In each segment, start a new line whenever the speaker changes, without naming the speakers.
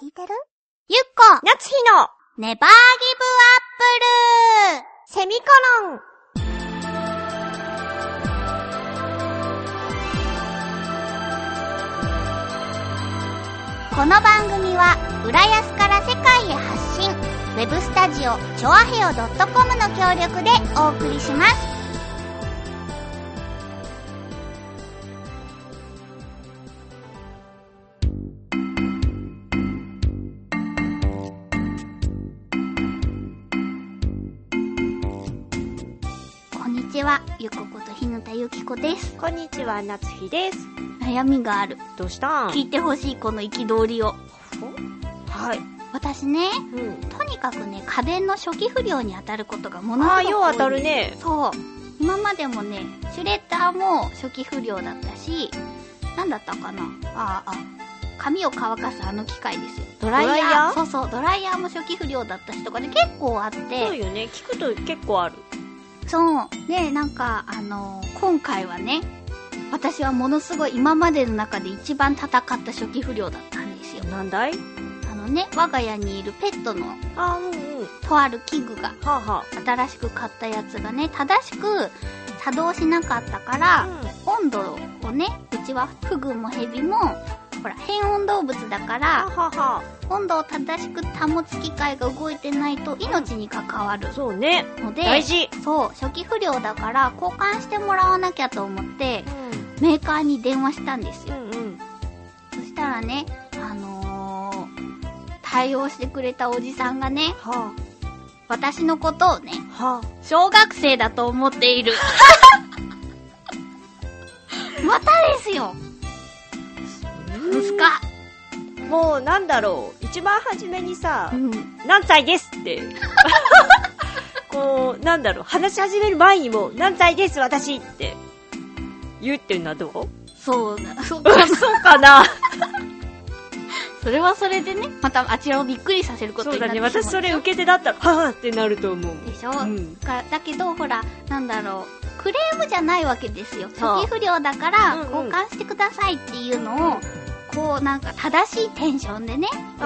聞いてるゆっこ
夏日の
ネバーギブアップル
セミコロン
この番組は浦安から世界へ発信ウェブスタジオチョアヘオ .com の協力でお送りしますこんにちはゆここと日向ゆきこです
こんにちは、夏日です。
悩みがある
どうしたん
聞いてほしいこの憤りを
はい。
私ね
うん。
とにかくね家電の初期不良に当たることがものすご
あ
く
あ
多
ー、
い
よう当たるね。
そう今までもねシュレッダーも初期不良だったし何だったかなあああ髪を乾かすあの機械ですよドライヤー
ドライヤー
そうそうドライヤーも初期不良だったしとかで結構あっ
そう
て
よね。聞くと結構ある。
そうでなんかあの今回はね私はものすごい今までの中で一番戦った初期不良だったんですよ
なんだい
あのね我が家にいるペットの
ああ、うんうん。は
とある器具が
あは
新しく買ったやつがね正しく作動しなかったか
あ。
ら
うん。
温度をねうちはフグもヘビもほら変温動物だか
あ
ら
はは。
温度を正しく保つ機械が動いてないと命に関わる
そうね。
ので
大事。
そう初期不良だから交換してもらわなきゃと思って
うん。
メーカーに電話したんです
う
よ
んうん。
そしたらねあのー、対応してくれたおじさんがね
は
私のことをね
あ。はあ。
小学生だと思ってい る。またですよ。ふすか。
もうなんだろう。一番初めにさ
う、ん。
何歳です って。こう、なんだろう。話し始める前にも、何歳です私って。言うっていうのはどう
そうだ。そう
そうかな
それはそれでね、またあちらをびっくりさせること
そう
にな
だ
って
ね。
しまう。
私それ受け手だったら、はぁってなると思う。
でしょ、
うん。
かだけど、ほら、なんだろう。クレームじゃないわけですよ。
そう
初期不良だから、
うんうん
交換してくださいっていうのを、こうなんか正しいテンションでね、よろしくお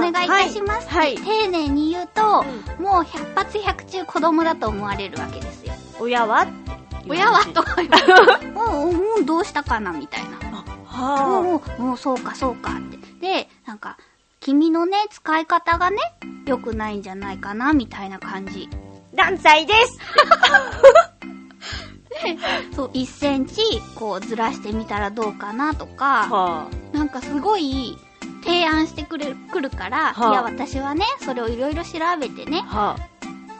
願いいたしますって、
はいはい
丁寧に言うと、
う
もう百発百中子供だと思われるわけですよ。
親は
親はと
は
か言 われて、もう、もうどうしたかなみたいな。
あ。
もう、もうそうかそうかって。で、なんか、君のね、使い方がね、良くないんじゃないかなみたいな感じ。
何歳です
そう、1センチ、こうずらしてみたらどうかなとか、
は
なんかすごい、提案してくれ、くるから、
はい
いや、私はね、それをいろいろ調べてね
あ。、はあ。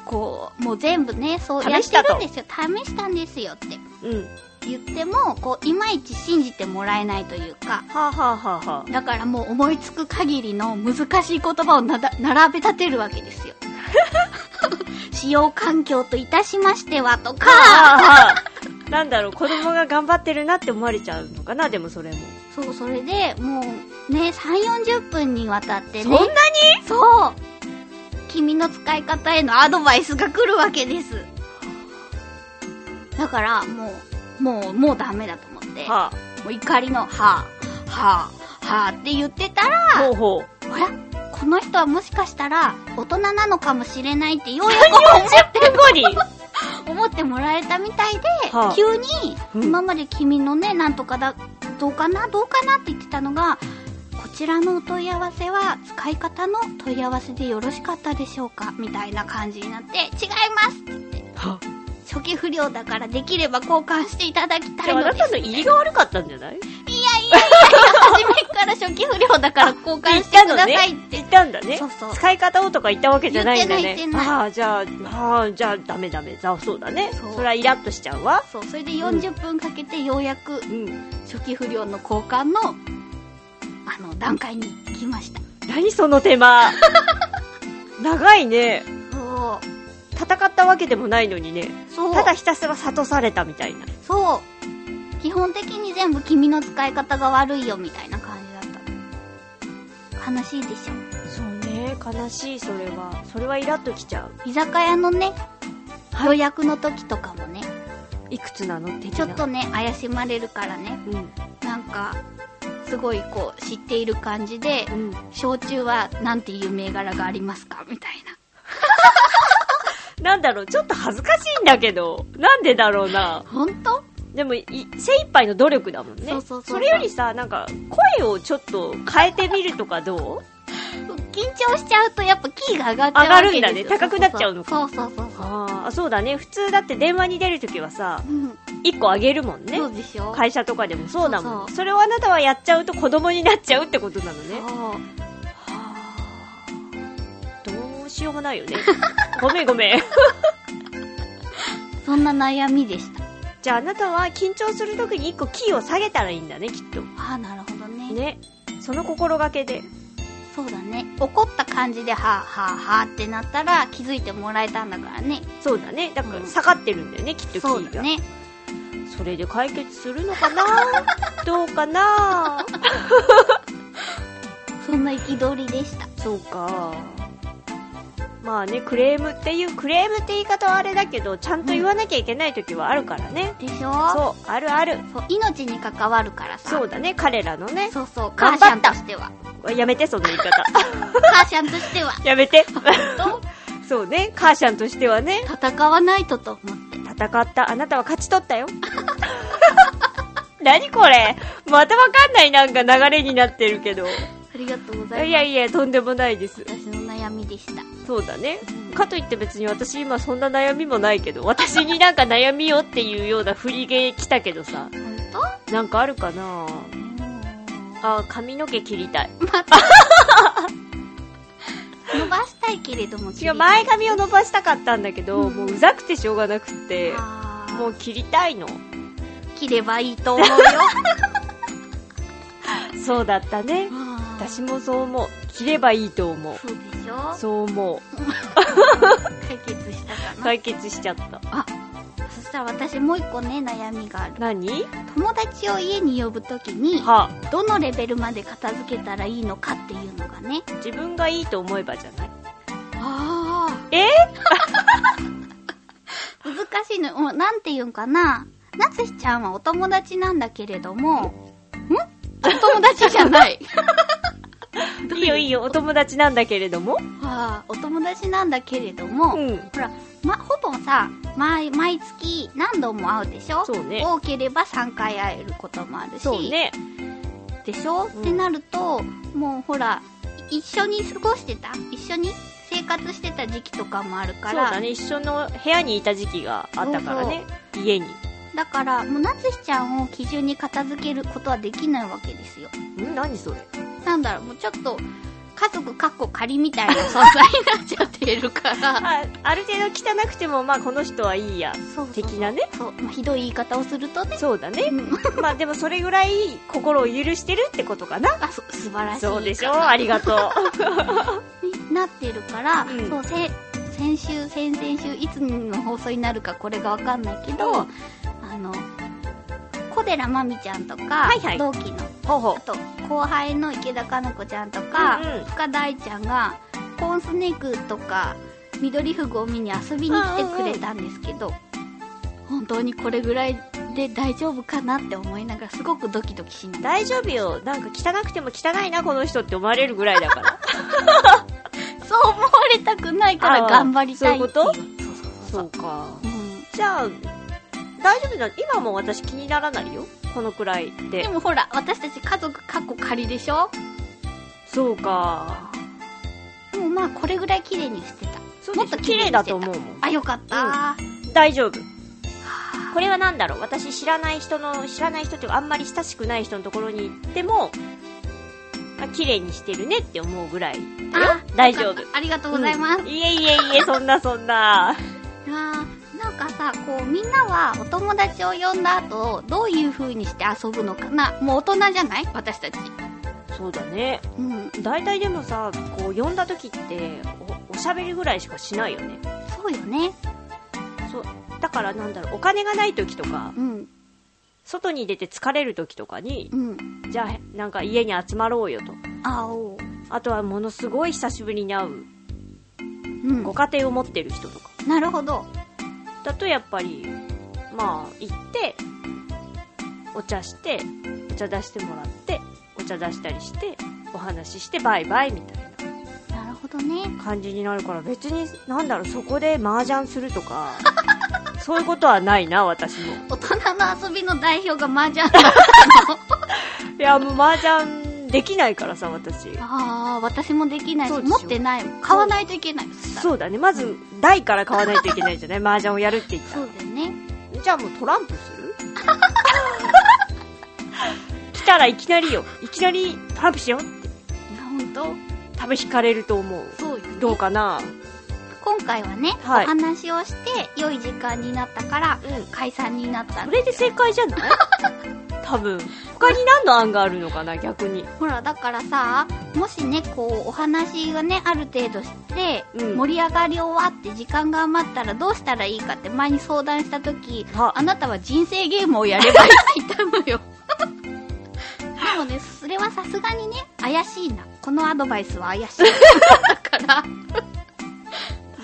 こう、もう全部ね、そうや
試
っ
してたと
るんですよ。試したんですよって
うん。
言っても、こう、いまいち信じてもらえないというか、
はあはあはあは
だからもう思いつく限りの難しい言葉をなだ並べ立てるわけ ですよ。使用環境といたしましてはと
あ。
か、
はあ。なんだろう、子供が頑張ってるなって思われちゃうのかな、でもそれも。
そう、それでもうね、3、40分にわたって
そんな
ね
に、
そう、君の使い方へのアドバイスが来るわけです。だからもう、もう、もうダメだと思って、
は
もう怒りの、はぁ、はぁ、はぁって言ってたら、
あ。ほうほう。
ほら、この人はもしかしたら、大人なのかもしれないって、ようやく思って
ペコリ
思ってもらえたみたいで、
はあ
急に、
うん
今まで君のね、なんとかだ、どうかな、どうかなって言ってたのが、こちらのお問い合わせは、使い方の問い合わせでよろしかったでしょうかみたいな感じになって、違いますって言って、
は
初期不良だからできれば交換していただき
あ。
た
で
い
もあ
の
な
で
た
す。
の入りが悪かったんじゃない
初めから初期不良だから交換してくださいって
言ったんだね
そうそう。
使い方をとか言ったわけじゃないんだ
言っ
ね
てない言っ。てない
ああ、じゃあ、ああ、じゃあ、ダメダメ。あそうだね。
そう
それはイラッとしちゃうわ。
そう、それで40分かけてようやく
うん。
初期不良の交換の、あの、段階に来ました。
何その手 間。長いね。
そ
戦ったわけでもないのにね。
う。そう。
ただひたすら諭されたみたいな。
そう。基本的に全部君の使い方が悪いよ、みたいな感じだった。悲しいでしょ。
そうね。悲しい、それは。それはイラッときちゃう。
居酒屋のね、予約の時とかもね、
いくつなのって
ちょっと。ね、怪しまれるからね、
うん。
なんか、すごいこう知っている感じで
う、ん。
焼酎はなんていう銘柄がありますかみたいな。
なんだろう、ちょっと恥ずかしいんだけど、なんでだろうな。
ほんと
でもい、精一杯の努力だもんね。
そうそうそうそう
れよりさ、なんか、声をちょっと変えてみるとかどう
緊張しちゃうとやっぱキーが上がっちゃう
上がるん
わけ
だね
ですよ
高くなっちゃうのか
そうそうそうそう。
ああ、そうだね。普通だって電話に出るときはさ、
うん、
一個あげるもんね
そ。うでしょ
会社とかでもそうだもん
そうそう
れをあなたはやっちゃうと子供になっちゃうってことなのね。
そう
どうしようもないよ ね。ごめんごめん。
そんな悩みでした。
じゃああなたは緊張するときに一個キーを下げたらいいんだね、きっと。
ああ、なるほどね。
ね。その心がけで。
そうだね。怒った感じで、はあ、はあ、はあってなったら気づいてもらえたんだからね。
そうだね。だか
う
ら
ん
下がってるんだよね、きっとキーが。
そうだね。
それで解決するのか などうかな
そんな憤りでした。
そうか。まあね、クレームっていう、クレームって言い方はあれだけど、ちゃんと言わなきゃいけない時はあるからね。
でしょ
そう、あるある。
そう命に関わるからさ。
そうだね、彼らのね。
そうそう、母
頑
ち
張
ゃ
っ
んと
た
しては。
やめて、その言い方。
母ちゃんとしては。
やめて。
と、
そうね、母ちゃんとしてはね、
戦わないとと思って。
戦った、あなたは勝ち取ったよ。 何これまたわかんないなんか流れになってるけど。い
ありがとうござ
や
い
い
ま
やいや、とんでもないです。
す。私の悩みでした。
そうだね。かといって別に私今そんな悩みもないけど、私になんか悩みよっていうような振り毛来たけどさ、
ほんと
なんかあるかな
あ
あ、髪の毛切りたい。
伸ばしたいけれども、
違う、前髪を伸ばしたかったんだけど、
うん
もううざくてしょうがなくって、も
も
う
う、
切りたいの。
切ればいいと思うよ。
そうだったね。私もそう思う。切ればいいと思う。
そうでしょ
そう思
解決した
う。
かな。
解決しちゃった。
そしたら私もう一個ね、悩みがある。
何
友達を家に呼ぶときに、
は
どのレベルまで片付けたらいいのかっていうのがね。
自分がいいと思えばじゃない
あ
え
難しいの。もうなんていうんかな。なつしちゃんはお友達なんだけれども、んお友達じゃ ない。
いいよいいよ、お友達なんだけれども。
あーお友達なんだけれども、
うん。
ほら、ま、ほぼさ、毎、毎月何度も会うでしょ
そうね
多ければ3回会えることもあるし。
そうね。
でしょ、
ん
ってなると、もうほら、一緒に過ごしてた一緒に生活してた時期とかもあるか
そう
ら。
だね一緒の部屋にいた時期があったからね家に
だから、もうなつしちゃんを基準に片付けることはできないわけですよ。
ん何それ
なんだろう、もうちょっと、家族かっこ仮みたいな存在になっちゃってるか ら。
あある程度汚くてもまあこの人はいいや
そうそうそう
的なね
そう、まあ、ひどい言い方をするとね。
そうだね
うん
まあでもそれぐらい心を許してるってことかな
あ、そ素晴らしい。
そうでしょありがとう
になってるから、
うん
そうせ先週先々週いつの放送になるかこれがわかんないけ
うん
ど、あの小寺真美ちゃんとか、
はいはい
同期の
ほうほ
あと後輩の池田佳菜子ちゃんとか、
うんうん
深大ちゃんがコーンスネークとか緑ふぐを見に遊びに来てくれたんですけど、本当にこれぐらいで大丈夫かなって思いながらすごくドキドキしに
う大丈夫よなんか汚くても汚いなこの人って思われるぐらいだから
そう思われたくないから頑張りたいって
あーそう
そうそうそう
そうか
そう、うん
じゃあ大丈夫だ今も私気にならないよこのくらいで
でもほら、私たち家族かっこ仮でしょ
そうか
でもまあこれぐらい綺麗にしてた。
そう
も
で
っ
しょ
と綺
綺
麗にして
麗
た
だと思うもん
あ、よかった。
大丈夫
は
これは何だろう私知らない人の知らない人っていうかあんまり親しくない人のところに行ってもあ綺麗にしてるねって思うぐらいだよ
あ
大丈夫
あありがとうございます。
うんいえいえいえそんなそんな
あーなんかさ、こうみんなはお友達を呼んだ後、どういう風にして遊ぶのかなもう大人じゃない私たち。
そうだね
うん。
大体でもさこう呼んだ時っておおしゃべりぐらいしかしないよね
そうよね。
そうだからなんだろうお金がない時とか
うん。
外に出て疲れる時とかに
うん。
じゃあなんか家に集まろうよと
あおう。
あとはものすごい久しぶりに会う
うん
ご。家庭を持ってる人とか
なるほど。
だとやっぱりまあ行ってお茶してお茶出してもらってお茶出したりしてお話ししてバイバイみたい
なるほどね。
な感じになるから別になんだろうそこで麻雀するとかそういうことはないな私
大
も
人の遊びの代表が麻 雀だ。
いやもう麻雀できないからさ私
ああ、私もできないし、
そうでし
持
ょ
ってないもん。買わないといけない。う。
そうだねまず台から買わないといけないじゃない麻雀をやるって言った
そうだよね。
らじゃあもうトランプする 来たらいきなりよいきなりトランプしよう
いや、ほんと
多分引かれると思う
そうよ、ね。
どうかな
今回はね、
はい
お話をして、良い時間になったから、
うん
解散になった
そ。れで正解じゃない 多分他に何の案があるのかな逆に
ほら、だからさ、もしね、こう、お話がね、ある程度して、
うん
盛り上がり終わって時間が余ったらどうしたらいいかって前に相談した時、
は
あなたは人生ゲームをやればいいって言ったの よ。でもね、それはさすがにね、怪しいな。このアドバイスは怪 しい。だから、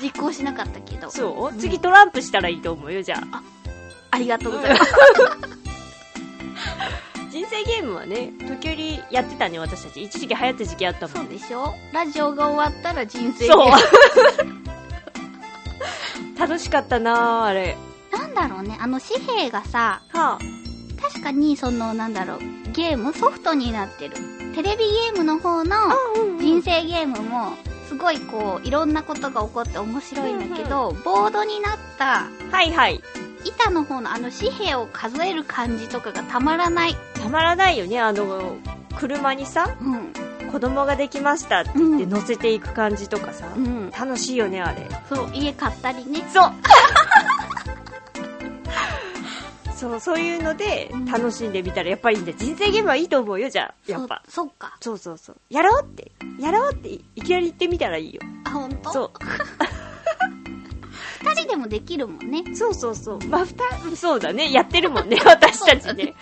実行しなかったけど。
そう、
ん
次トランプしたらいいと思うよじゃあ
ありがとうございます。
人生ゲームはね時折やってたね私たち一時期流行った時期あったも
そ
ん
う
ね
でしょラジオが終わったら人生ゲー
そ
ム。
う 楽しかったなああれ
なんだろうね、あの紙幣がさ、
はあ
確かにそのなんだろうゲームソフトになってるテレビゲームの方の人生ゲームもすごいこういろんなことが起こって面白いんだけど、ボードになった
はいはい
板の方のあの紙幣を数える感じとかがたまらない
たまらないよねあの車にさ
うん
子供ができましたって言って乗せていく感じとかさ、
うん
楽しいよねあれ
そう家買ったりね
そうそうそういうので
うん
楽しんでみたらやっぱりいいんだ人生ゲームはいいと思うよじゃあやっぱ
そそっか
そうそうそうやろうってやろうっていいきなり言ってみたらいいよ
あ本当
そう
2人でもできるもんね
そうそうそうまあふたそうだねやってるも んね私たちね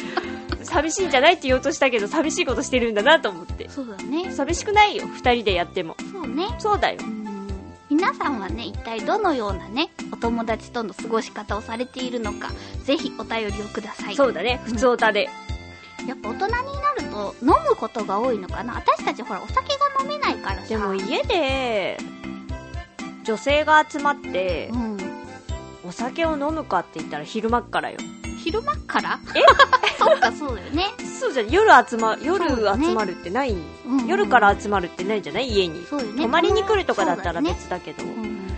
寂しいんじゃないって言おうとしたけど寂しいことしてるんだなと思って
そうだね
寂しくないよ二人でやっても
そうね
そうだよ
うん皆さんはね一体どのようなねお友達との過ごし方をされているのかぜひお便りをください
そうだね普通おたで
やっぱ大人になると飲むことが多いのかな私たちほらお酒が飲めないからさ
でも家で女性が集まって
うん
お酒を飲むかって言ったら昼間っからよ
昼間からえ そっかそうだよね、
そうじゃん夜集ま夜
そうだね
集まるってない、
うんうん
夜から集まるってないんじゃない家に
そうだよね
泊まりに来るとかだったら
そうだよね
別だけどそ
うん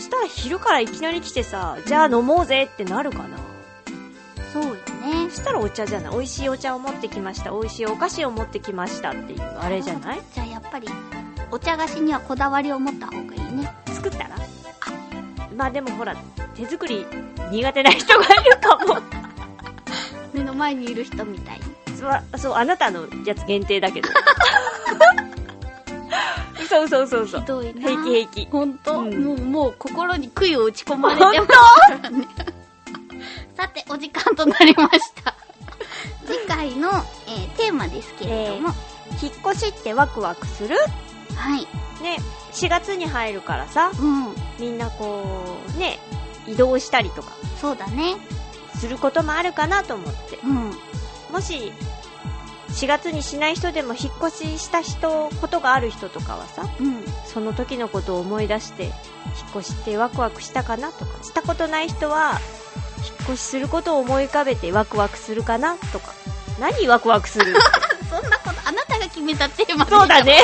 したら昼からいきなり来てさじゃあ飲もうぜってなるかな、
そうよね
そしたらお茶じゃない美味しいお茶を持ってきました美味しいお菓子を持ってきましたっていうあれじゃない
じゃあやっぱりお茶菓子にはこだわりを持った方がいいね
作ったらまあでもほら手作り苦手な人がいるかも
目の前にいる人みたいに
そうそうあなたのやつ限定だ けどそうそうそうそう
ひどいな
平気平気
本当、
うん
もうもう心に杭を打ち込まれてますからねさてお時間となりま した次回の、えーテーマですけれども、
引っ越しってワクワクする
はい
ね4月に入るからさ
うん
みんなこうね移動したりとか
そうだね
することもあるかなと思って
うん
もし4月にしない人でも引っ越しした人ことがある人とかはさ
うん
その時のことを思い出して引っ越しってワクワクしたかなとかしたことない人は引っ越しすることを思い浮かべてワクワクするかなとか何ワクワクする
そんなことあなたが決めたテーマでしょ
そうだね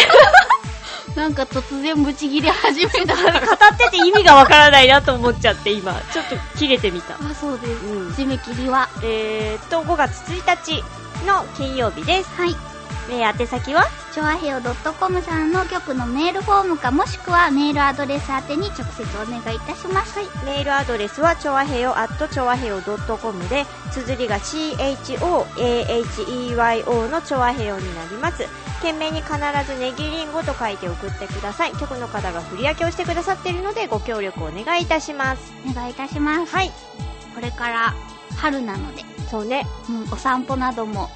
なんか突然ブチギレ始めた
語ってて意味がわからないなと思っちゃって今ちょっと切れてみた
あそうです、
うん
締め切りは
えーっと5月1日の金曜日です
はい
えー宛先は
チョアヘオ .com さんの局のメールフォームかもしくはメールアドレス宛てに直接お願いいたしますはい
メールアドレスはちょわへよ at ちょわへよ .com で綴りが CHOAHEYO のちょわへよになります懸命に必ずネギリンゴと書いて送ってください局の方が振り分けをしてくださっているのでご協力お願いいたします
お願いいたします
はい
これから春なので、
そうね
うん、お散歩なども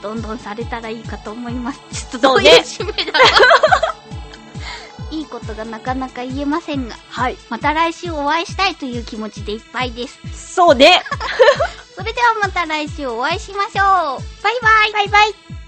どんどんされたらいいかと思いますちょっとど
そうう
い
ね
う締めだろう いいことがなかなか言えませんが
はい
また来週お会いしたいという気持ちでいっぱいです
そうね
それではまた来週お会いしましょうバイバイ
バイバイ